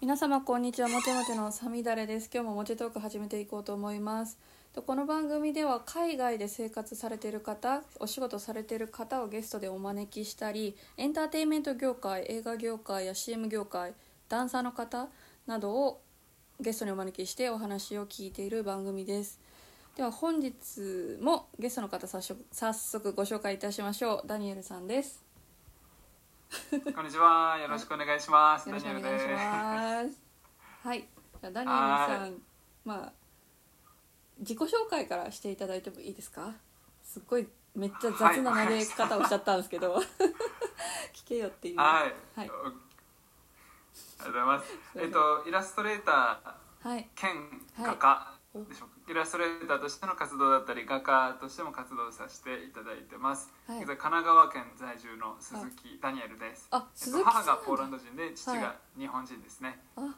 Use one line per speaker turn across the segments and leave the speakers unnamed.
皆様こんにちはもてもてのさみだれです今日ももてトーク始めていこうと思いますとこの番組では海外で生活されている方お仕事されている方をゲストでお招きしたりエンターテインメント業界映画業界や CM 業界ダンサーの方などをゲストにお招きしてお話を聞いている番組ですでは本日もゲストの方早速早速ご紹介いたしましょうダニエルさんです
こんにちは。よろしくお願いします。
よろしくお願い
ダニエ
し
ルです。
ます。はい、じゃあダニエルさ
は
ん、まあ自己紹介からしていただいてもいいですか？すっごいめっちゃ雑な投げ方をしちゃったんですけ ど、聞けよっていう。
はい。
は
あり
い
がとうございます。えっと、イラストレーター
はい
兼画家でしょうか、イラストレーターとしての活動だったり、画家としても活動させていただいてます。
はい
現在神奈川県在住の鈴木ダニエルです。
あ
えっ
鈴
と
木さん
母がポーランド人で、父
は
が日本人ですね。
あ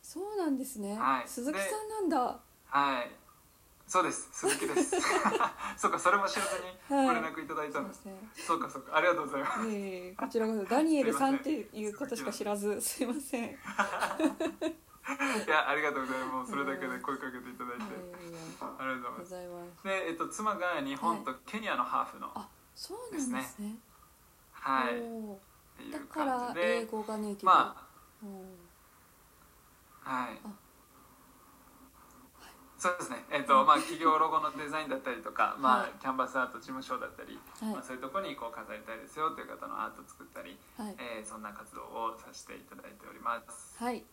そうなんですね、
はい
鈴木さんなんだ
はい。そうです。鈴木 です。 そうか、それも知らずにご連絡いただいた
そうん
で。
ですすね
そうか、そうか。ありがとうございます。
いえいえこちらこそダニエルさんっていうことしか知らずすいませんいやい
いや、ありがとうございます。それだけで声かけていただいて。
や
ありがとう
ご
ございます。
ざいます
で、えっと、妻が日本とケニアのハーフの、
あそうなんですね
はい、っ
おー
てい
だ
う
か
感
ら
じ
英
で、
語がネイティブ、
ま
おー
あ、はい
あ。
そうですね、えっとまあ、企業ロゴのデザインだったりと
は
か、
い
まあ、キャンバスアート事務所だったり、
はい
まあ、そういうところにこう飾りたいですよという方のアート作ったり、
はい、
えーそんな活動をさせていただいております。
はい、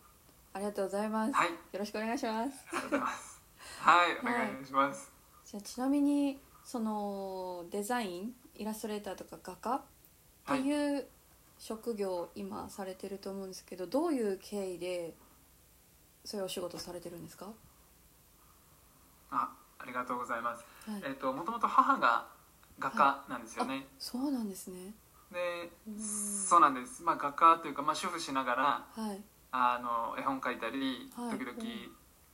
ありがとうございます。
はい、
よろしくお願いします。
ありがとうございます。はい、お願いします。
じゃあちなみにそのデザイン、イラストレーターとか画家っていう職業を今されてると思うんですけど、どういう経緯でそういうお仕事されてるんですか？は
あ、ありがとうございます。
い
えっ、と、もともと母が画家なんですよね。
そうなんですね。
で
うん
そうなんです、まあ、画家というか、まあ、主婦しながら
はい。
あの絵本描いたり、
はい
時々
うん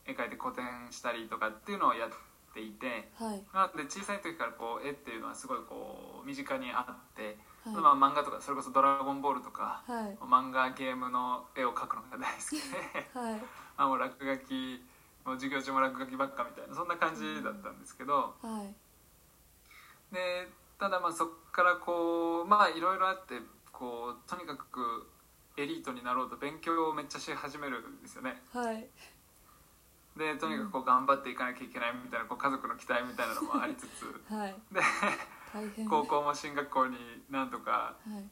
絵描いて個展したりとかっていうのをやっていて
はい。
なので小さい時からこう絵っていうのはすごいこう身近にあって、
は
まあ、漫画とかそれこそ「ドラゴンボール」とか、
い。はい。
漫画ゲームの絵を描くのが大好きで
はい。
まあもう落書きもう授業中も落書きばっかみたいなそんな感じだったんですけど。
はい。
でただまあそこからこうまあいろいろあってこうとにかくエリートになろうと勉強をめっちゃし始めるんですよね
はい。
でとにかくこう頑張っていかなきゃいけないみたいなこう家族の期待みたいなのもありつつ
はい。
で
大変。
高校も進学校になんとか
はい。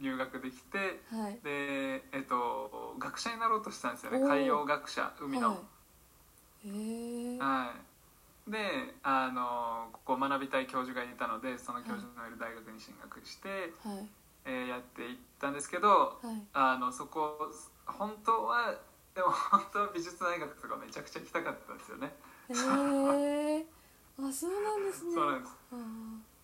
入学できて
はい。
でえっと学者になろうとしたんですよね
おー
海洋学者海の、
はい。えー。
はい、であのここ学びたい教授がいたのでその教授のいる大学に進学して、
はい。
えーやっていったんですけど
はい。
あのそこ本当はでも本当は美術大学とかめちゃくちゃ行きたかったんですよね、
へえあそうなんですね
そうなんです
あ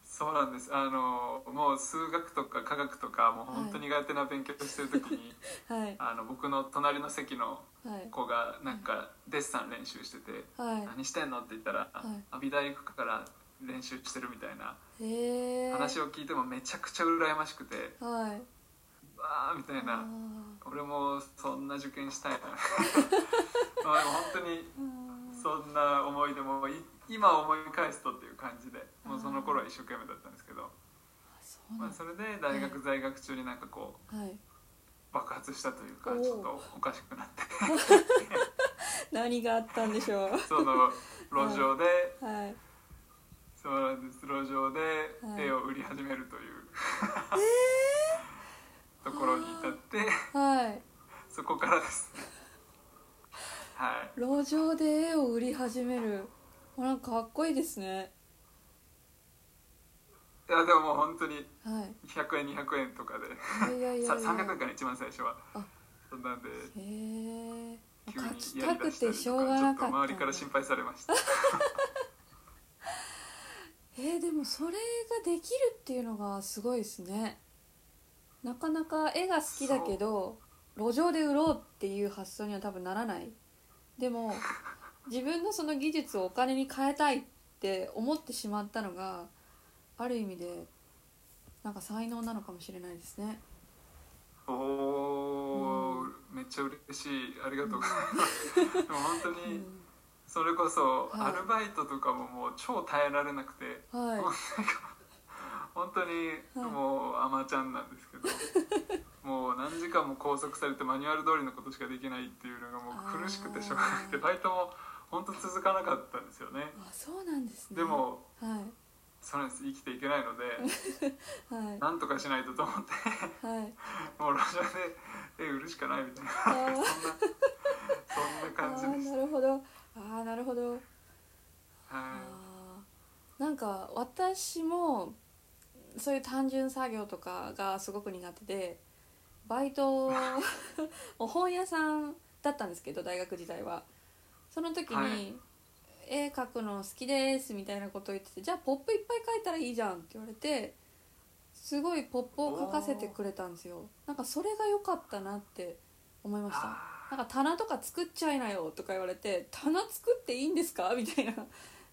そうなんですあのもう数学とか科学とかもう本当に苦手な勉強してる時 に、
ーはい
あの僕の隣の席の
はい
子がなんかデッサン練習してて「
は
何してんの?」って言ったら「
はい
阿美大行くから練習してる」みたいない
へえ
話
を
を聞いてもめちゃくちゃ羨ましくて
はい
「わあ」みたいな。
あ
俺もそんな受験 したいなまあでも本当に
ーあー
そんな思い出もい今思い返すとっていう感じでもうその頃は一生懸命だったんですけど、
そうな
ま
ん
あ、
で
それで大学在学中になんかこう
すはい
爆発したというか
おー
ちょっとおかしくなって
何があったんでしょう
その路上で、
はい
そうなんです路上で
はい
絵を売り始めるという、ところに至って
はい
そこからですねはい
路上で絵を売り始めるあなんかかっこいいですね
いやでももう本当に
はい
100円200円とかで
いやいやい
さ
やいや
300円から一番最初は
あ
そんなんで
へえ
急に
描き
や
た
りだ
く
した
て
りとか
し
ち
ょ
ょ
うがな
っ
か
と
った
周りから心配されました
えー、でもそれができるっていうのがすごいですねなかなか絵が好きだけど路上で売ろうっていう発想には多分ならないでも自分のその技術をお金に変えたいって思ってしまったのがある意味でなんか才能なのかもしれないですね
おお、
うん
めっちゃ嬉しいあり がとうございます、でも本当にそれこそ
はい
アルバイトとかももう超耐えられなくて、
はい
本当にもうアマちゃんなんですけど、 もう何時間も拘束されてマニュアル通りのことしかできないっていうのがもう苦しくてしょうがなくて
あー
バイトも本当続かなかったんですよね
あそうなんですね
でも
は
そうなんです生きていけないので
いはい
なんとかしないとと思って
はい
もう路上でえ売るしかないみたいな
あー
そんなそんな
あ
感じで
ー
し
なるほどああなるほど
た
あ
は
ーなんか私もそういう単純作業とかがすごく苦手でバイト をもう本屋さんだったんですけど大学時代はその時に、
はい
絵描くの好きですみたいなこと言っててじゃあポップいっぱい描いたらいいじゃんって言われてすごいポップを描かせてくれたんですよなんかそれが良かったなって思いました
あ
なんか棚とか作っちゃいなよとか言われて棚作っていいんですかみたいな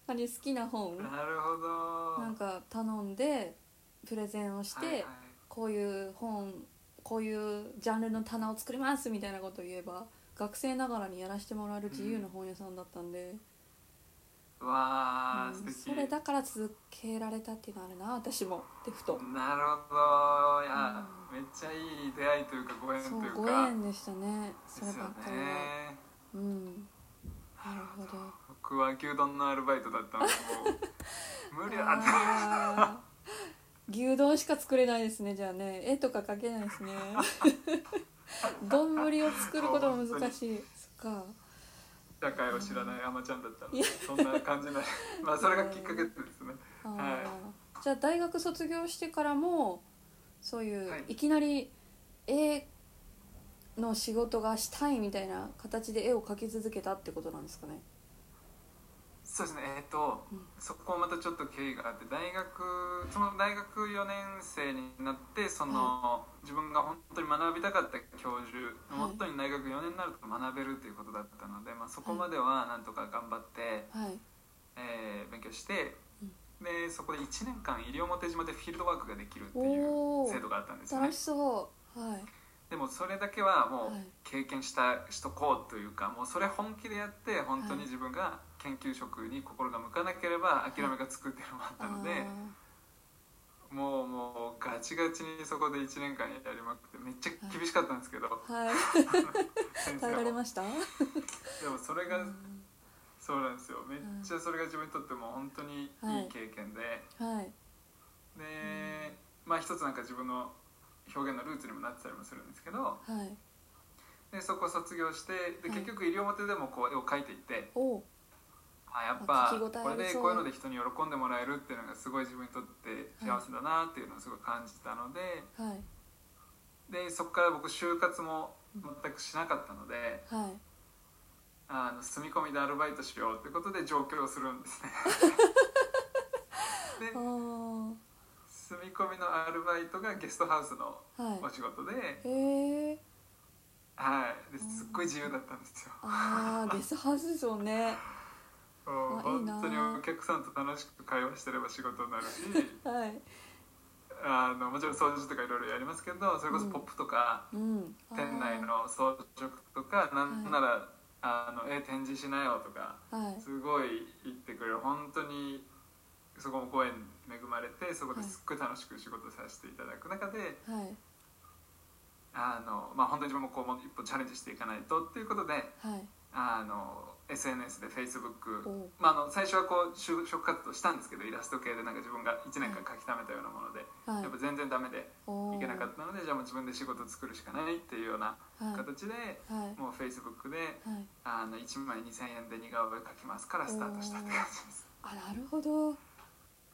感じで好きな本
ーなるほど
なんか頼んでプレゼンをして、
はいはい
こういう本こういうジャンルの棚を作りますみたいなことを言えば学生ながらにやらせてもらえる自由な本屋さんだったんで、
わあ、
うん
素
そ
敵
れだから続けられたっていうのあるな私もってふと
なるほどいや、めっちゃいい出会いというかご縁と
そう
いう
ご
か
縁でしたねそ
で
れ
すよ
ばっかりは、
ね
うんなるほど
僕は牛丼のアルバイトだったのでもう無理だって
あー牛丼しか作れないですねじゃあね絵とか描けないです ね丼を作ることも難しいそっか
社会を知らないアマちゃんだったの
い
で
や
そんな感じないまあそれがきっかけですね
あー、
は
じゃあ大学卒業してからもそういう、
はい
い、きなり絵の仕事がしたいみたいな形で絵を描き続けたってことなんですかね
そうですねえっ、と、
うん
そこまたちょっと経緯があって大学その大学4年生になってその、自分が本当に学びたかった教授のもとに大学4年になると学べるということだったので、まあ、そこまではなんとか頑張って、
はい
えー勉強して、
うん
でそこで1年間西表島でフィールドワークができるって
お
いう
ー
制度があったんですよね
楽しそうはい
でもそれだけはもう
はい
経験したしとこうというかもうそれ本気でやって本当
は
に
い
自分が研究職に心が向かなければ諦めがつくっていうのもあったので、もうもうガチガチにそこで1年間やりまくってめっちゃ厳しかったんですけど、
あ ーはい
先
耐えら
生
れ
も
ました
でもそれが
うん
そうなんですよめっちゃそれが自分にとっても本当にいい
はい
経験で。
はい
で、まあ一つなんか自分の表現のルーツにもなってたりもするんですけど
はい
でそこを卒業してで
はい
結局西表でもこう絵を描いていて、
おう
まあ、やっ
あ
ぱ
聞き応えありそう
これでこういうので人に喜んでもらえるっていうのがすごい自分にとって幸せだなっていうのをすごい感じたので,、
はい
でそこから僕就活も全くしなかったので
はい
あの住み込みでアルバイトしようってことで上京する んですね。で
あー
住み込みのアルバイトがゲストハウスの
はい
お仕事で。
えー、
はい、ですっごい自由だったんですよ。
あーゲストハウスですもんね
もう
あいいな
本当にお客さんと楽しく会話してれば仕事になるし
はい
あのもちろん掃除とかいろいろやりますけどそれこそ
うん
ポップとか、
うん
店内の装飾とかなんなら、あの絵展示しなよとか
あーはい
すごい言ってくれる本当にそこもご縁恵まれてそこですっごい楽しく仕事させていただく中で、
はい
あのまあ、本当に自分もこうもう一歩チャレンジしていかないとっていうことで
はい
あの SNS で Facebook
おう
まあ、あの最初はこう就職活動したんですけどイラスト系でなんか自分が1年間書き溜めたようなもので、
はい
やっぱ全然ダメで
お
いけなかったのでじゃあもう自分で仕事作るしかないっていうような
たはい
形で、
はい
もう Facebook で
はい
あの1枚2000円で似顔絵描きますからスタートしたって感じです。
あなるほど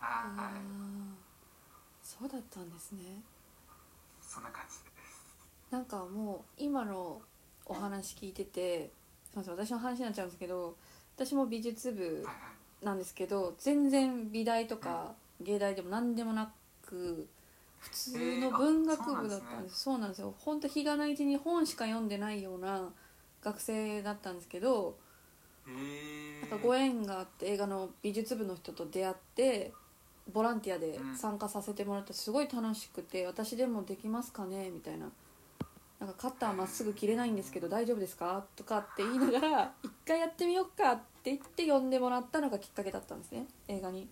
あ
は
ー
い、
そうだったんですね
そんな感じです。
なんかもう今のお話聞いててすみません私の話になっちゃうんですけど私も美術部
はい
なんですけど全然美大とか芸大でも何でもなく普通の文学部だったんです,、そうなんですよほんと日がないうちに本しか読んでないような学生だったんですけど
え
なんかご縁があって映画の美術部の人と出会ってボランティアで参加させてもらってすごい楽しくて私でもできますかねみたいななんなんかカッターまっすぐ切れないんですけど大丈夫ですか?」とかって言いながら「一回やってみようか」って言って呼んでもらったのがきっかけだったんですね映画に。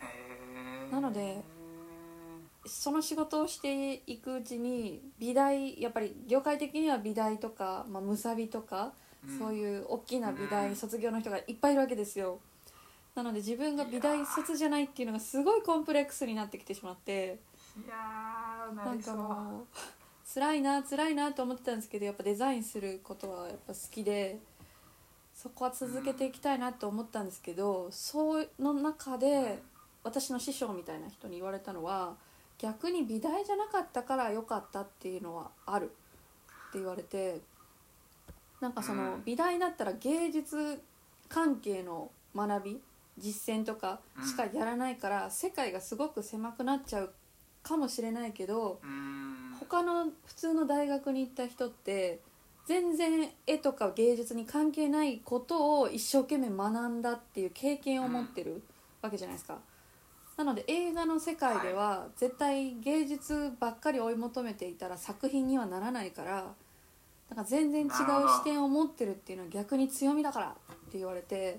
へー
なのでその仕事をしていくうちに美大やっぱり業界的には美大とか、まあ、むさびとか、そう
うん
いう大きな美
う
大
ん
卒業の人がいっぱいいるわけですよなので自分が美大卒じゃないっていうのがすごいコンプレックスになってきてしまって
いやーな
なん
りそ
か
う
もう辛いな辛いなと思ってたんですけどやっぱデザインすることはやっぱ好きでそこは続けていきたいなと思ったんですけど、その中で私の師匠みたいな人に言われたのは逆に美大じゃなかったから良かったっていうのはあるって言われてなんかその
うん
美大だったら芸術関係の学び実践とかしかやらないから世界がすごく狭くなっちゃうかもしれないけど、
うん
他の普通の大学に行った人って全然絵とか芸術に関係ないことを一生懸命学んだっていう経験を持ってるわけじゃないですか。なので映画の世界では絶対芸術ばっかり追い求めていたら作品にはならないからなんか全然違う視点を持ってるっていうのは逆に強みだからって言われて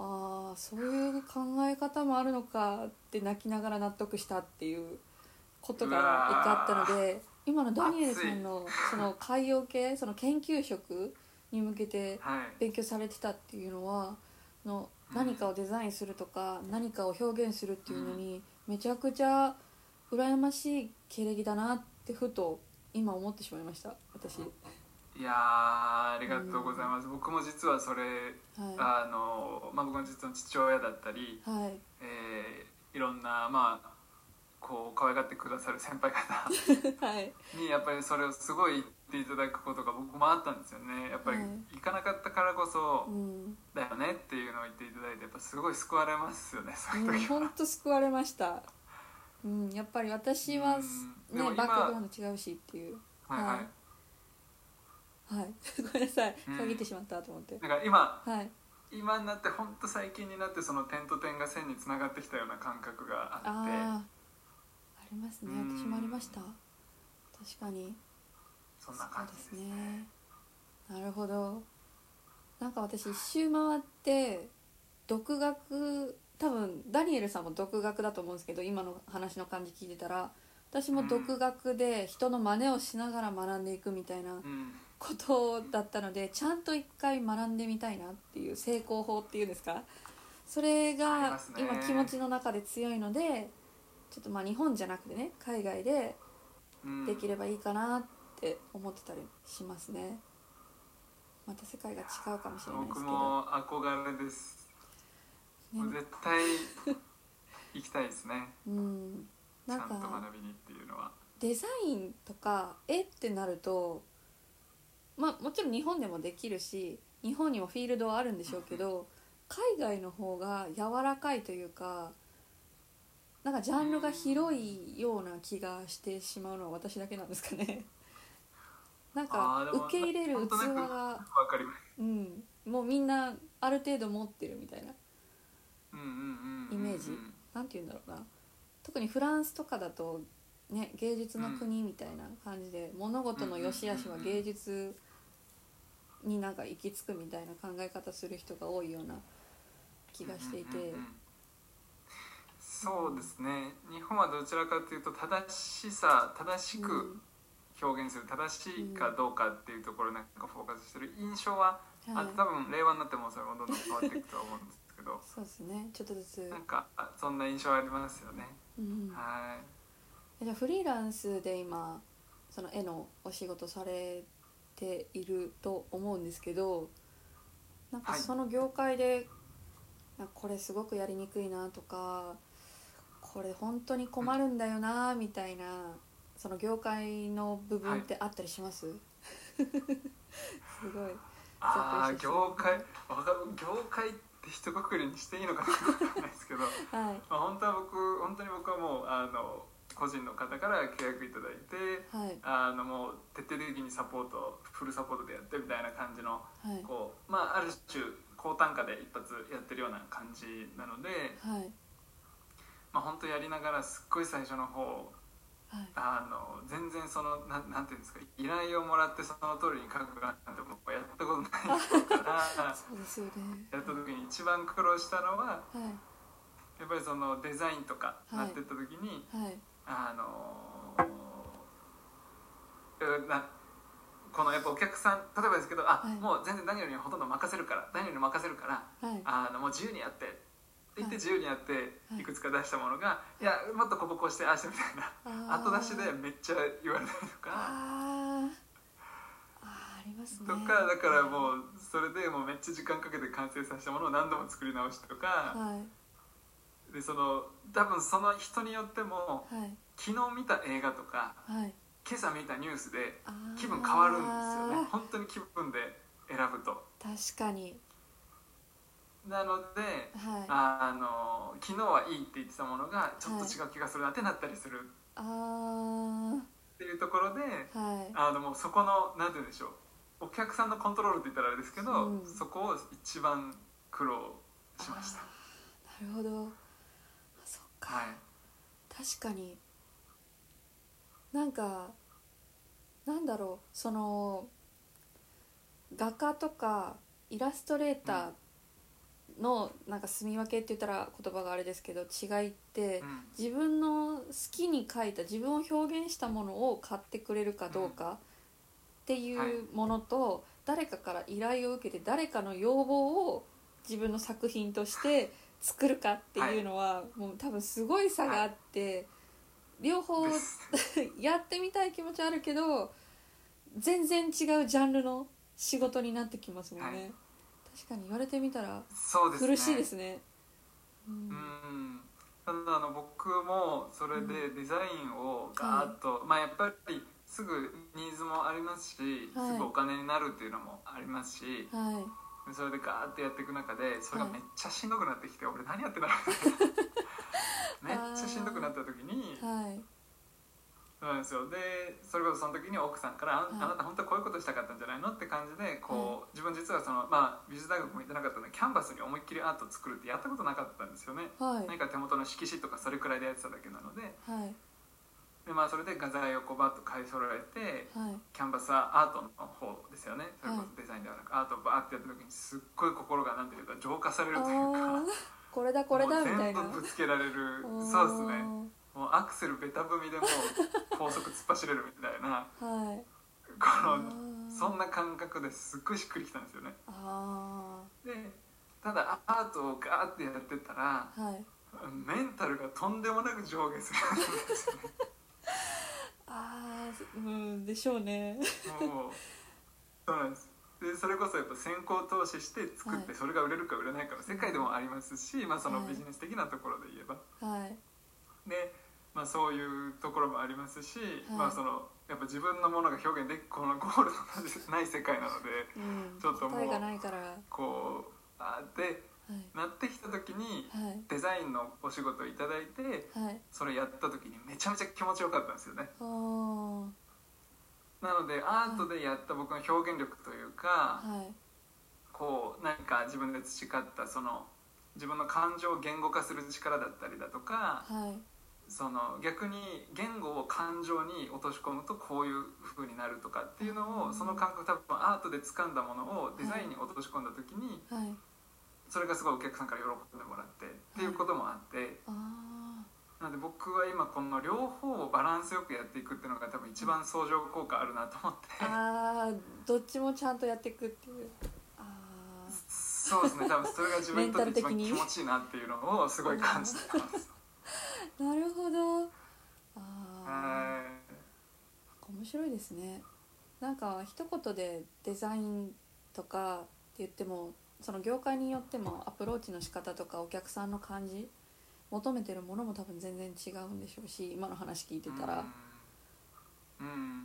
ああそういう考え方もあるのかって泣きながら納得したっていうことが一回あったので今のダニエルさんのその海洋系その研究職に向けて
はい
勉強されてたっていうのはあの
うん
何かをデザインするとか何かを表現するっていうのにめちゃくちゃ羨ましい経歴だなってふと今思ってしまいました私。
いやーありがとうございます、僕も実はそれ、
は
あのまあ、僕の実の父親だった
い、
り、
はい
えーいろんなまあこう可愛がってくださる先輩方
はい、
にやっぱりそれをすごい言っていただくことが僕もあったんですよねやっぱり
はい
行かなかったからこそ
うん、
だよねっていうのを言っていただいてやっぱすごい救われますよねそう
う
い
ん
う時は、
本当救われました。うん、やっぱり私はす
うん
ね
でも今
バックグラウンド違うしっていう、
はいは
はいはい、 ごめんなさい、
うん
遮ってしまったと思って、
だから今
はい、
今になって本当最近になってその点と点が線につながってきたような感覚があって
ああありますね、
うん
私もありました。確かに、
そんな感じです
そうですね。なるほど。なんか私一周回って独学多分ダニエルさんも独学だと思うんですけど今の話の感じ聞いてたら私も独学で人の真似をしながら学んでいくみたいな
うん
ことだったのでちゃんと一回学んでみたいなっていう成功法っていうんですかそれ
あり
が
ますね
今気持ちの中で強いのでちょっとまあ日本じゃなくてね海外で
うん
できればいいかなって思ってたりしますねまた世界が違うかもしれないで
僕
すけど
も憧れです、もう
ね
絶対行きたいですね
うん
ちゃ
なん
と
か
学びにっていうのは
デザインとか絵ってなるとまあもちろん日本でもできるし日本にもフィールドはあるんでしょうけど海外の方が柔らかいというかなんかジャンルが広いような気がしてしまうのは私だけなんですかね。 なん
あー
か
でも
受け入れる器
なんとなく
が
わかります
うん、もうみんなある程度持ってるみたいな
うんうんうんうんうん
イメージなんて言うんだろうな特にフランスとかだと、ね、芸術の国みたいな感じで、物事の良し悪しは芸術になんか行き着くみたいな考え方する人が多いような気がしていて、
うんうんうんうんそうですね日本はどちらかというと正しさ正しく表現する、正しいかどうかっていうところになんかフォーカスしてる印象は、
うんはい
あと多分令和になってもそれもどんどん変わっていくとは思うんです けど
そうですねちょっとずつ
なん、かそんな印象ありますよね、
うん、
はい
えじゃあフリーランスで今その絵のお仕事されていると思うんですけどなんか
はい
その業界で、なんかこれすごくやりにくいなとかこれ本当に困るんだよなみたいなその業界の部分ってあったりします、すごい
あ
ざっく
あ
りして
業界わか業界って一括りにしていいのかな と思んないですけど、ま
はい
あ、本当は僕本当に僕はもうあの個人の方から契約いただいて
はい
あのもう徹底的にサポートフルサポートでやってみたいな感じの
はい
こう、まあ、ある種高単価で一発やってるような感じなので、
はい
まあ、本当やりながらすっごい最初の方
はい
あの全然そのなんなんていうんですか依頼をもらってその通りに書くなんてもうやったことない から
そうですよね
やった時に一番苦労したのは
はい
やっぱりそのデザインとか
はい
なってった時に、
はい
あのーえなこのやっぱお客さん例えばですけどあ、
はい
もう全然ダニエルにほとんど任せるからダニエルに任せるから
はい
あのもう自由にやってって言っ
はい
て自由にやって
はい
いくつか出したものが、い、やもっとこぼこうしてああしてみたいな。
あ
後出しで
ー
めっちゃ言われたりとか
あーあーあります
と
ね
かだから
う
もうそれでもうめっちゃ時間かけて完成させたものを何度も作り直しとか
は
でその多分その人によっても
いはい
昨日見た映画とか
はい
今朝見たニュースで
あー
気分変わるんですよね本当に気分で選ぶと
確かに
なので
はいあ
あの昨日はいいって言ってたものがちょっと違う気がするなってなったりする
あー
っていうところで
はい
あのもうそこのなんて言うんでしょうお客さんのコントロールって言ったらあれですけど、
うん
そこを一番苦労しました
なるほどあそっか、
はい
確かになんかなんだろうその画家とかイラストレーターのなんか住み分けって言ったら言葉があれですけど違いって
うん
自分の好きに描いた自分を表現したものを買ってくれるかどうかっていうものと誰かから依頼を受けて誰かの要望を自分の作品として作るかっていうのはもう多分すごい差があって両方
です
やってみたい気持ちはあるけど全然違うジャンルの仕事になってきますもんね、
は
確かに言われてみたら
そうですね
苦しいですねうん
うんただあの僕もそれでデザインをガーッと、まあやっぱりすぐニーズもありますし、
はい
すぐお金になるっていうのもありますし
はい
それでガーッてやっていく中でそれがめっちゃしんどくなってきて、俺何やってんだろ うめっちゃしんどくなった時に
はい
そうなんですよでそれこそその時に奥さんから「あ,、
はい
あなた本当はこういうことしたかったんじゃないの?」って感じでこう、自分実はその、まあ、美術大学も行ってなかったのでキャンバスに思いっきりアート作るってやったことなかったんですよね、
はい
何か手元の色紙とかそれくらいでやってただけなので
はい
で、まあ、それで画材をこうバッと買い揃えて
はい
キャンバスはアートの方ですよねそれこそデザインではなく、アートをバーってやった時にすっごい心がなんていうか浄化される
あ
というか
ーこれだこれだ
も
み
う
たいな
全部ぶつけられる
おー
そうですねもうアクセルベタ踏みでもう高速突っ走れるみたいな
はい
こ
あ
の
ー
そんな感覚ですっごいしっくりきたんですよね
あ
でただアートをガーってやってたら
ーはい
メンタルがとんでもなく上下す
あーうんでしょうね
るもうそうなんですでそれこそやっぱ先行投資して作っ
はい
てそれが売れるか売れないかは世界でもありますし、まあ、その
はい
ビジネス的なところで言えば、
はい
で、まあ、そういうところもありますし、まあ、そのやっぱ自分のものが表現できこのゴールのない世界なので
うん
ちょっともう
答えがないからは
こうあーで
い
なってきた時に
はい
デザインのお仕事をいただいて
はい
それやった時にめちゃめちゃ気持ちよかったんですよね
あー
なのでアートでやった僕の表現力というか
はい
こう何か自分で培ったその自分の感情を言語化する力だったりだとか
はい
その逆に言語を感情に落とし込むとこういう風になるとかっていうの
うん
をその感覚多分アートで掴んだものをデザインに落とし込んだ時に
はい
それがすごいお客さんから喜んでもらってっていうこともあって
あ
なので僕は今この両方をバランスよくやっていくっていうのが多分一番相乗効果あるなと思って
ー あーどっちもちゃんとやっていくっていうあー
そうですね多分それが自分にとって一
メンタ
番
ル的に
気持ちいいなっていうのをすごい感じてます
なるほどあ
は
ー面白いですねなんか一言でデザインとかって言ってもその業界によってもアプローチの仕方とかお客さんの感じ求めてるものも多分全然違うんでしょうし今の話聞い
い
てたら、
うんうん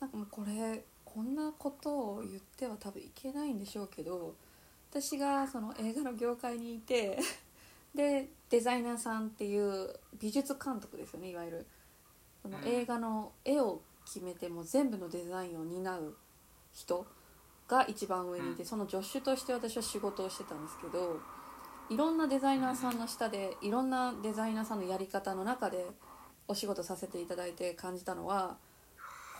なんかもうこれこんなことを言っては多分いけないんでしょうけど私がその映画の業界にいてでデザイナーさんっていう美術監督ですよねいわゆるその
うん
映画の絵を決めてもう全部のデザインを担う人が一番上にいて
うん
その助手として私は仕事をしてたんですけどいろんなデザイナーさんの下でいろんなデザイナーさんのやり方の中でおお仕事させていただいて感じたのは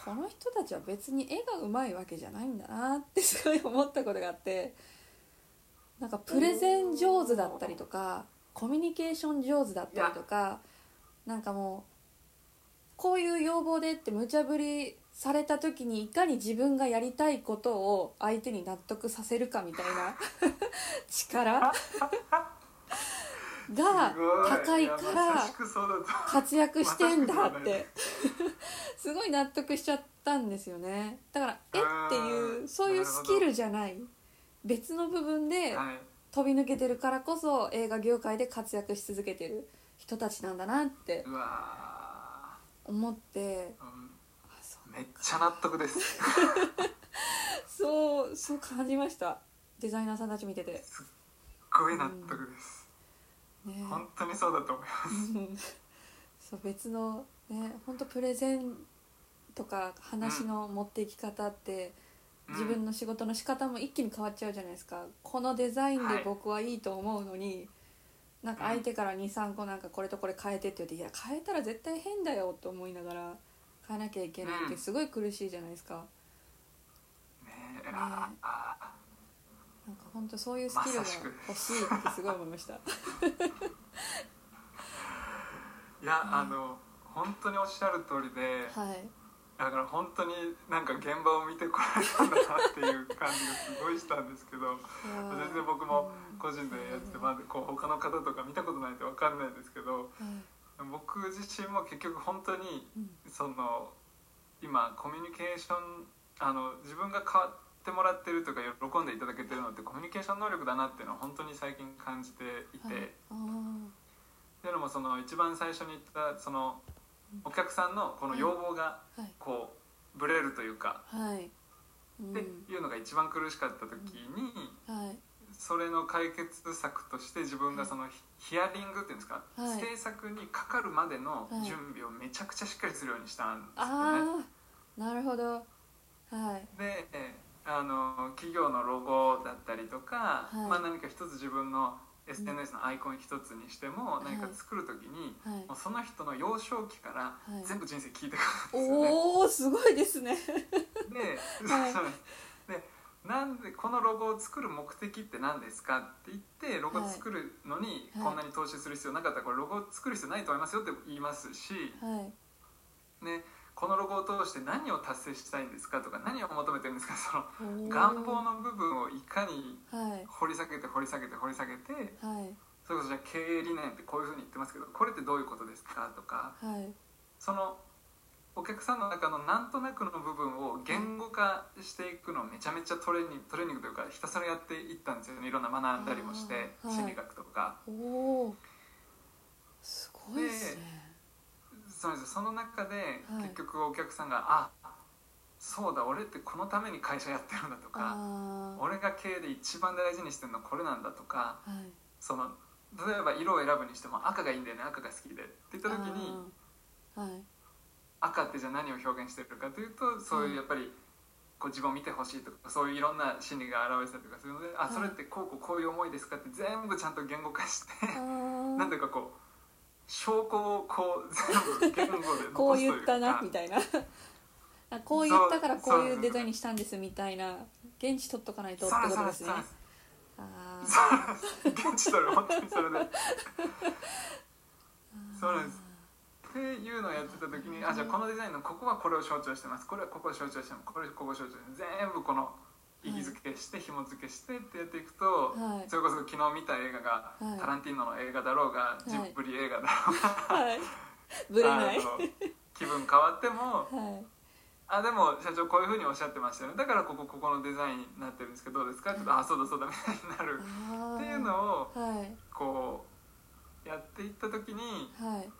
この人たちは別に絵がうまいわけじゃないんだなって すごい思ったことがあってなんかプレゼン上手だったりとかコミュニケーション上手だったりとかなんかもうこういう要望でって無茶ぶりされた時にいかに自分がやりたいことを相手に納得させるかみたいな 力が
すごい
高いか
やま
ら
さしくそうだと
活躍してんだって すごい納得しちゃったんですよねだから絵って
う
いうんそういうスキルじゃない別の部分で
はい
飛び抜けてるからこそ映画業界で活躍し続けてる人たちなんだなって
うわ
思って
ーうん
あそ
めっちゃ納得です
そうそう感じましたデザイナーさんたち見てて、ね
すっごい納得です、
え、
本当にそうだと思います
うん そう別のね本当プレゼンとか話の持っていき方って、
うん
自分の仕事の仕方も一気に変わっちゃうじゃないですかこのデザイン
は
で
い
僕はいいと思うのに、なんか相手から23個なんかこれとこれ変えてって言っていや変えたら絶対変だよと思いながら変えなきゃいけないっ
う
て
ん
すごい苦しいじゃないですか、
ねえ
ね
ああ
なんか本当そういうスキルが
まさしく
欲しいってすごい思いま した
いや、あの本当におっしゃる通りで
はい
だから本当になんか現場を見てこられたんだなっていう感じがすごいしたんですけど
いやー
全然僕も個人でやっててまだこう他の方とか見たことないんで分かんないですけど
うんはい
僕自身も結局本当に
うん
その今コミュニケーションあの自分が変わってもらってるとか喜んでいただけてるのってコミュニケーション能力だなっていうのは本当に最近感じていて。
はいあー
っていうのもその一番最初に言ったそのお客さんのこの要望が
はい
こうブレるというか
はい、う
っ
ん
ていうのが一番苦しかった時に
はい
それの解決策として自分がそのヒヒアリングっていうんですか
はい
制作にかかるまでの
はい
準備をめちゃくちゃしっかりするようにしたんですよね。
ああなるほどはい
であの企業のロゴだったりとか、
はい
まあ、何か一つ自分の SNS のアイコン一つにしても何か作る時に
はい
もうその人の幼少期から
はい
全部人生聞いてくるんですよね。
おおすごいですね
で,、
はい
そうでなんでこのロゴを作る目的って何ですかって言ってロゴ作るのに
はい
こんなに投資する必要なかったらこれロゴ作る必要ないと思いますよって言いますし、
はい
ね、このロゴを通して何を達成したいんですかとか何を求めてるんですかその
おー
願望の部分をいかに
はい
掘り下げて掘り下げて掘り下げて
はい
それこそじゃあ経営理念ってこういうふうに言ってますけどこれってどういうことですかとか
はい
そのお客さんの中のなんとなくの部分を言語化していくのをめちゃめちゃトレーニングトレーニングというかひたすらやっていったんですよねいろんな学んだりもして、
あーはい
心理学とか
おおすごいですね
そうなんですよその中で
はい
結局お客さんが「あそうだ俺ってこのために会社やってるんだ」とか「
あ
俺が経営で一番大事にしてるのはこれなんだ」とか
あはい
その例えば色を選ぶにしても赤がいいんだよね赤が好きでって言った時に。
あーは い
赤ってじゃあ何を表現してるかというとそういうやっぱりこう自分を見てほしいとかそういういろんな心理が表れてたりとかするので、
は
あ
い
それってこうこうこういう思いですかって全部ちゃんと言語化して
あ
なん
ー
ていうかこう証拠をこう全部言語で
こ
残
う
すというか
言ったなみたいな あこう言ったからこういうデザインにしたんですみたいな現地取っとかないとって
そう
こと
なん
で
ですす
ね
そうなんです
あ
そうなんです現地取る本当にそれで。
ー
そうなんですっていうのをやってた時にあじゃあこのデザインのここはこれを象徴してますこれはここを象徴してますこれはここを象徴してます全部この意義付けして紐付けしてってやっていく と、
はい
それこそ昨日見た映画が、
はい
タランティーノの映画だろうが
い
ジブリ映画だろうが、
はいぶれない
あの気分変わっても
はい
あでも社長こういうふうにおっしゃってましたよねだからここここのデザインになってるんですけどどうですかちょっとあそうだそうだみたいになる
あー
っていうのを
はい
こうやっていった時に。
はい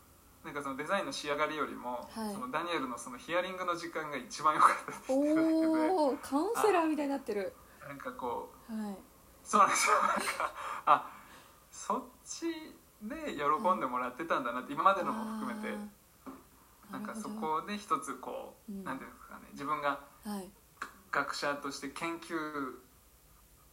なんかそのデザインの仕上がりよりも、
はい
そのダニエルのそのヒアリングの時間が一番良かったっていうだけ
おおカウンセラーみたいになってる
でなんかこう
はい
そうなんですよなんかあそっちで喜んでもらってたんだなって今までのも含めて
あー
なんかそ
なる
こで一つこう、
うん
なんていうんですかね自分が
ほどはい
学者として研究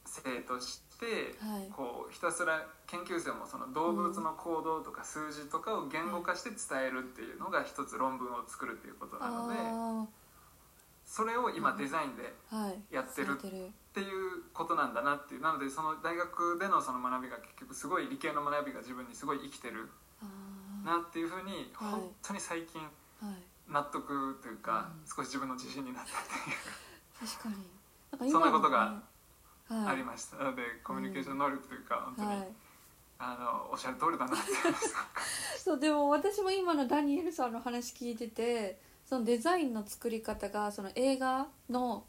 生としして、
はい
こうひたすら研究生もその動物の行動とか数字とかを言語化して伝えるっていうのが一つ論文を作るっていうことなので、
あ
それを今デザインでっ
あはい
やってる
されてる
ていうことなんだなっていうなのでその大学でのその学びが結局すごい理系の学びが自分にすごい生きてる
あ
なっていうふうに
はい
本当に最近
あはい
納得というか、
うん
少し自分の自信になったっていう
確かになんか
そんな
の
ことが
ねはい
ありました、なのでコミュニケーション能力というか、本当に、
はい
あのおっしゃる通りだなって思いました
そうでも私も今のダニエルさんの話聞いててそのデザインの作り方がその映画の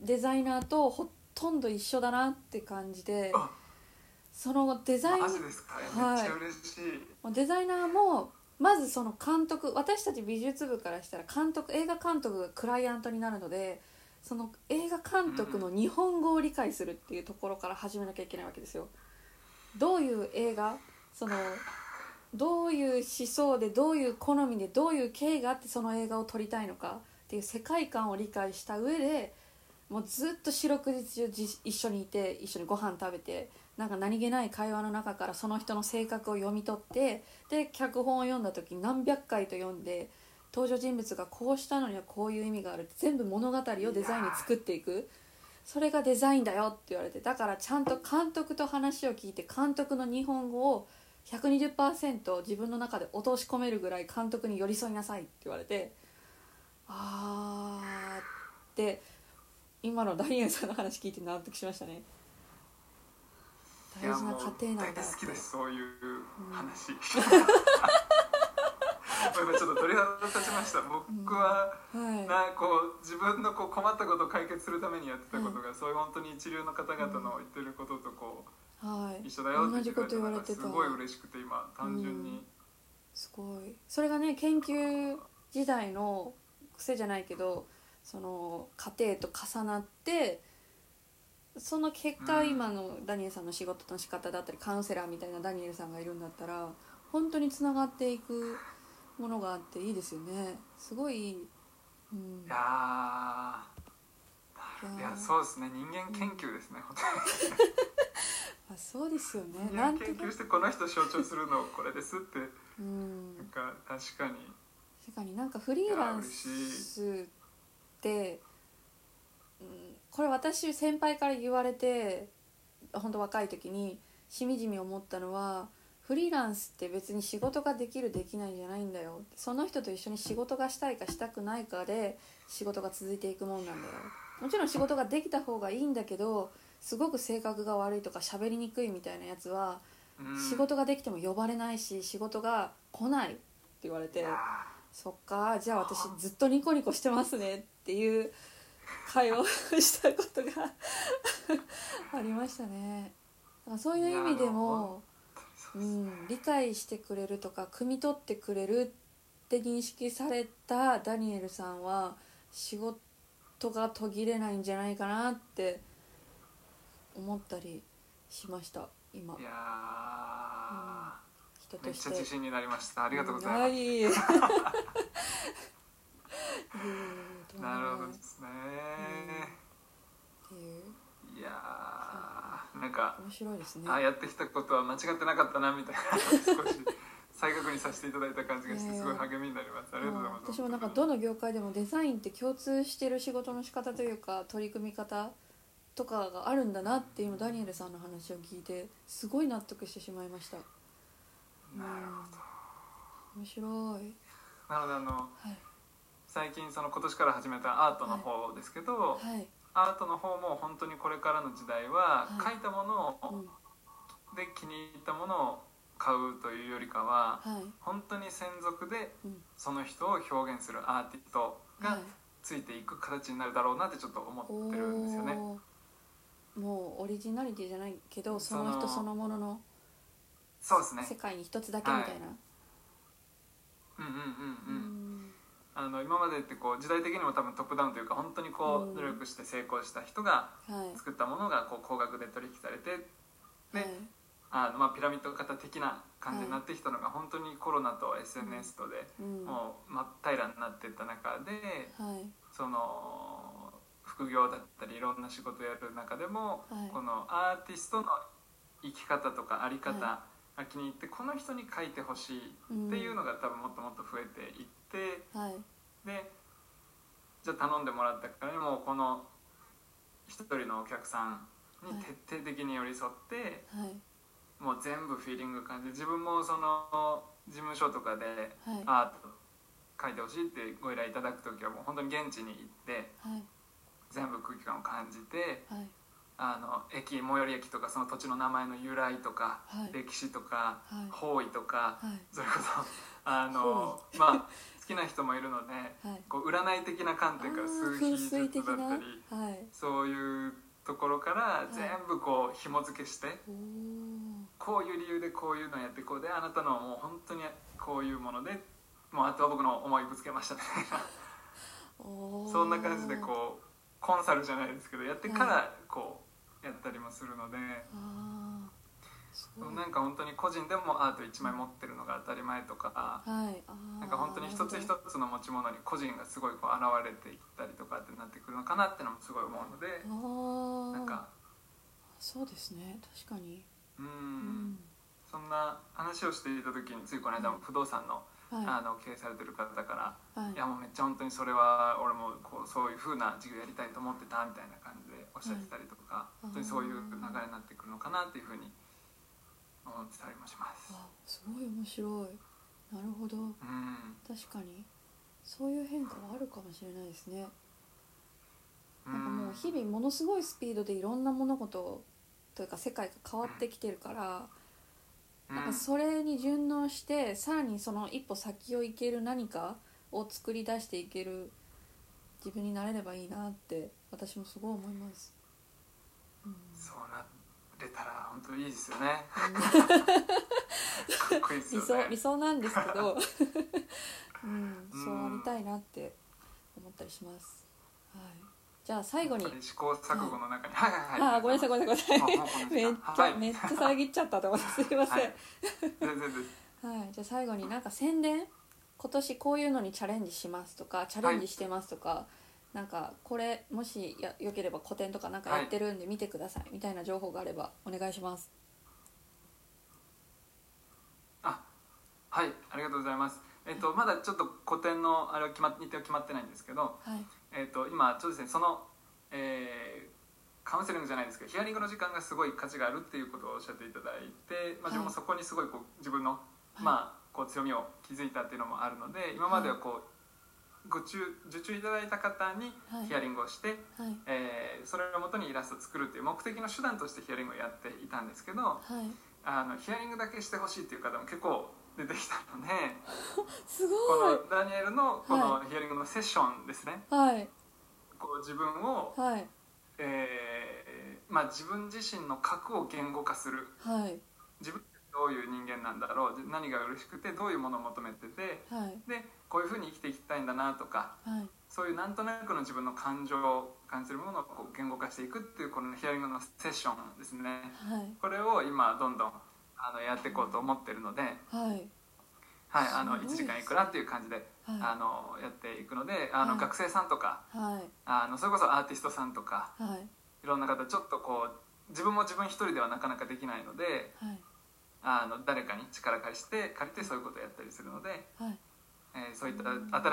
デザイナーとほとんど一緒だなって感じ で
あ
そのデザイン
マジですか、
はい
めっちゃ嬉しい
デザイナーもまずその監督私たち美術部からしたら監督映画監督がクライアントになるのでその映画監督の日本語を理解するっていうところから始めなきゃいけないわけですよ。どういう映画そのどういう思想でどういう好みでどういう経緯があってその映画を撮りたいのかっていう世界観を理解した上でもうずっと四六時中じ一緒にいて一緒にご飯食べてなんか何気ない会話の中からその人の性格を読み取ってで脚本を読んだ時何百回と読んで登場人物がこうしたのにはこういう意味があるって全部物語をデザインに作っていくそれがデザインだよって言われてだからちゃんと監督と話を聞いて監督の日本語を120%自分の中で落とし込めるぐらい監督に寄り添いなさいって言われてあーって今のダリエンさんの話聞いて納得しましたね
い
大
や
事な
もう
過程なんだ
大
っ
好き
て
ですそういう
うん
話、 今ちょっと鳥肌立ちました僕は、
は
なこう自分のこう困ったことを解決するためにやってたことが、そういう本当に一流の方々の言ってることとこ
い、は
う
い、
一緒だよって
同じこと言われて
す
た
ごい嬉しくて今単純に、
すごいそれがね研究時代の癖じゃないけどその過程と重なってその結果、
うん
今のダニエルさんの仕事の仕方だったりカウンセラーみたいなダニエルさんがいるんだったら本当につながっていくものがあっていいですよねすごい、うん
い、やーい
いやー
やそうですね人間研究ですね、本当に
あそうですよね
人
な
間
んと
研
な
究
く、
してこの人象徴するのこれですって
うん
なん、か確かに
確かになんかフリーランスって、うん、これ私先輩から言われて本当若い時にしみじみ思ったのはフリーランスって別に仕事ができるできないじゃないんだよその人と一緒に仕事がしたいかしたくないかで仕事が続いていくもんなんだよもちろん仕事ができた方がいいんだけどすごく性格が悪いとか喋りにくいみたいなやつは
うん
仕事ができても呼ばれないし仕事が来ないって言われて
いや。
そっかじゃあ私ずっとニコニコしてますねっていう会話をしたことが ありましたねだからそういう意味でも、
ー
うん、理解してくれるとか汲み取ってくれるって認識されたダニエルさんは仕事が途切れないんじゃないかなって思ったりしました今
いや
人
ーめ
と
っ
し
ち
て
ゃ。自信になりましたありがとうございます、
はい。いえいえ いえいえとんでもい
なるほどですね、
っていう
いやーなんか、
面白いですね。
あやってきたことは間違ってなかったな みたいな少し再確認させていただいた感じがして
ねえ
すごい励みになります、ありがとうございます
私もなんかどの業界でもデザインって共通してる仕事の仕方というか取り組み方とかがあるんだなって今ダニエルさんの話を聞いてすごい納得してしまいました。
なるほど
面白い。
なのであの
はい
最近その今年から始めたアートの方ですけど、
はい。
アートの方も本当にこれからの時代は
はい
書いたもの
う
を
ん
で気に入ったものを買うというよりかは
はい。
本当に専属で
うん
その人を表現するアーティスト
は
が
い。
ついていく形になるだろうなってちょっと思ってるんですよね。
おーもうオリジナリティじゃないけどそ
そ
の
の
人そのものの
そうですね
世界に一つだけみたいな。
うんうん
う
うんうん
ん
あの今までってこう時代的にも多分トップダウンというか本当にこ
うん
う努力して成功した人が
はい。
作ったものがこう高額で取引されて
はい
ね。あのまあピラミッド型的な感じになってきたのが本当にコロナと SNS とで
うん。は
もう真っ平らになっていった中で
い。
その複副業だったりいろんな仕事をやる中でも、
はい
このアーティストの生き方とかあり方
は
が気に入って、この人に書いてほしいっていうのが多分もっともっと増えていって、
はい
でじゃあ頼んでもらったからにもうこの一人のお客さんに徹底的に寄り添って。
はい
もう全部フィーリング感じ自分もその事務所とかで
はい
アート書いてほしいってご依頼いただく時はもう本当に現地に行って
はい
全部空気感を感じて
はい
あの駅最寄り駅とかその土地の名前の由来とか、
はい
歴史とか、
はい
方位とか、
はい
それこそあのまあ好きな人もいるので
はい
こう占い的な観点から
あ
数
ー
秘
風
術だっ
水的な
た
は
り
い
そういうところから全部こう紐付けして。
おー
こういう理由でこういうのやってこうであなたのはもう本当にこういうものでもうあとは僕の思いぶつけましたみたい
お
な
ー
そんな感じでこうコンサルじゃないですけどやってからこうやったりもするので、
ああそう
なんか本当に個人でもアート1枚持ってるのが当たり前とか、
はいあー
なんか本当に一つ一つの持ち物に個人がすごいこう現れていったりとかってなってくるのかなってのもすごい思うので、
あー
なんか
そうですね確かに
うん
うん
そんな話をしていた時についこの間も不動産の,、あ
は
の経営されてる方から。
いはい
いやもうめっちゃ本当にそれは俺もこうそういう風な授業やりたいと思ってたみたいな感じでおっしゃってたりとか、
うん
本当にそういう流れになってくるのかなっていう風に思ってたりもします。
あすごい面白いなるほど
うん、
確かにそういう変化はあるかもしれないですね
う
なんかもう日々ものすごいスピードでいろんな物事というか世界が変わってきてるから、なんかそれに順応してさらにその一歩先を行ける何かを作り出していける自分になれればいいなって私もすごい思います。うん
うん、そうなれたら本当にいいですよ ね。かっこいいです
理
よ
想
ね。
理想なんですけ ど、うん、そうありたいなって思ったりします。はい、じゃあ最後に
やっぱり試行錯誤の中に、はい、はいはいはい。
あーごめんなさいごめんなさいごめんなさ
あも
い
う
めっち
こんな時間
ゃ、
はい
めっちゃ遮っちゃったと思ってすいません、
は
はいい、
全然です。
じゃあ最後になんか宣伝今年こういうのにチャレンジしますとかチャレンジしてますとか、なんかこれもしやよければ個展とかなんかやってるんで見てくださいみたいな情報があればお願いします
あはいありがとうございます。えっとまだちょっと古典のあれは決まっ日程は決まってないんですけど。
はい
えー、と今ちょっとですねその、えーカウンセリングじゃないですけどヒアリングの時間がすごい価値があるっていうことをおっしゃっていただいて、まあ、
はい
自分もそこにすごいこう自分の、
い
まあ、こう強みを築いたっていうのもあるので今まではこうご注受注いただいた方に
はい
ヒアリングをして、
はい
えーそれをもとにイラストを作るっていう目的の手段としてヒアリングをやっていたんですけど
はい
あのヒアリングだけしてほしいっていう方も結構出てきたので、
す
こ
ごい
のダニエルのこのヒアリングのセッションですね、
はい
こう自分を
はい
えーまあ、自分自身の核を言語化する
はい
自分ってどういう人間なんだろう何が嬉しくてどういうものを求めてて
はい
でこういうふうに生きていきたいんだなとか
はい
そういうなんとなくの自分の感情を感じるものをこう言語化していくっていうこのヒアリングのセッションですね
はい
これを今どんどんあのやっていこうと思ってるので、はい、
はい
あの
すごい
1
です
時間いくらっていう感じで、あ
は
のやっていくのであ
は
の
い
学生さんとか
いはい
あのそれこそアーティストさんとか
はい
いろんな方ちょっとこう自分も自分一人ではなかなかできないので
はい
あの誰かに力借りして借りてそういうことをやったりするので、
はい
えーそういった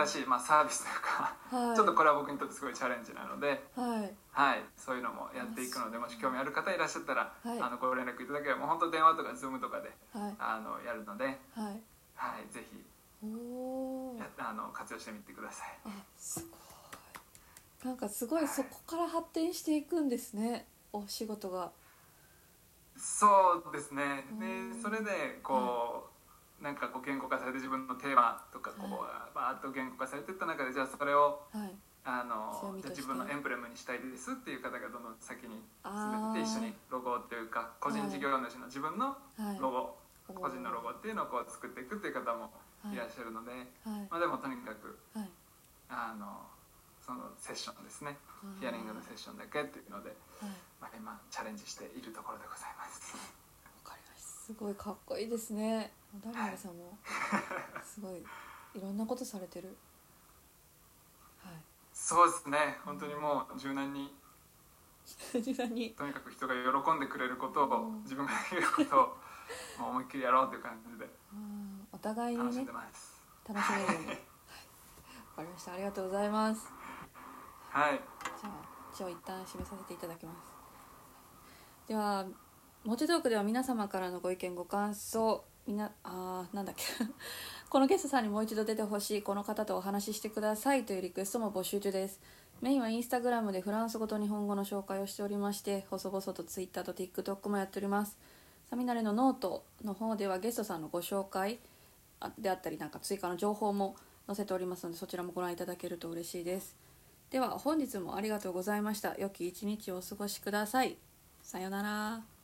新しい、まあ、サービスというか、
はい
ちょっとこれは僕にとってすごいチャレンジなので、
はい
はい、そういうのもやっていくのでもし興味ある方いらっしゃったら、
はい
あのご連絡いただければもう本当電話とか Zoom とかで
はい
あのやるので、
はい
はい、ぜひ
おおー
やあの活用してみてください。
あすごいなんかすごいそこから発展していくんですねお仕事が
そうですね
うん
でそれでこう、なんかこう言語化されて自分のテーマとかこう、バーッと言語化されていった中でじゃあそれを
はい
あ
強
の
みと
じゃあ
して
自分のエンブレムにしたいですっていう方がどんどん先に進
あ
め
ー
て一緒にロゴというか個人事業主の自分の
はい
ロゴ、
おー
個人のロゴっていうのをこう作っていくっていう方も
はい
いらっしゃるので、
はい
まあ、でもとにかく
はい
あのそのセッションですね
ー
ヒアリングのセッションだけっていうので、
はい
まあ、今チャレンジしているところでございます。
わかりましたすごいかっこいいですねダニエルさん もすごいいろんなことされてるはい
そうですね本当にもう柔軟に
こ ちらに
とにかく人が喜んでくれることを
うん
自分ができることをもう思いっきりやろうという感じで
うんお互いに
楽しん
ね
でます
楽しめるようにはいわかりましたありがとうございます
はい
じゃあ一応一旦締めさせていただきますではモテトークでは皆様からのご意見ご感想みなあーなんだっけ このゲストさんにもう一度出てほしいこの方とお話ししてくださいというリクエストも募集中ですメインはインスタグラムでフランス語と日本語の紹介をしておりまして細々とツイッターと TikTok もやっておりますサミナレのノートの方ではゲストさんのご紹介あであったりなんか追加の情報も載せておりますのでそちらもご覧いただけると嬉しいですでは本日もありがとうございました良き一日をお過ごしくださいさようなら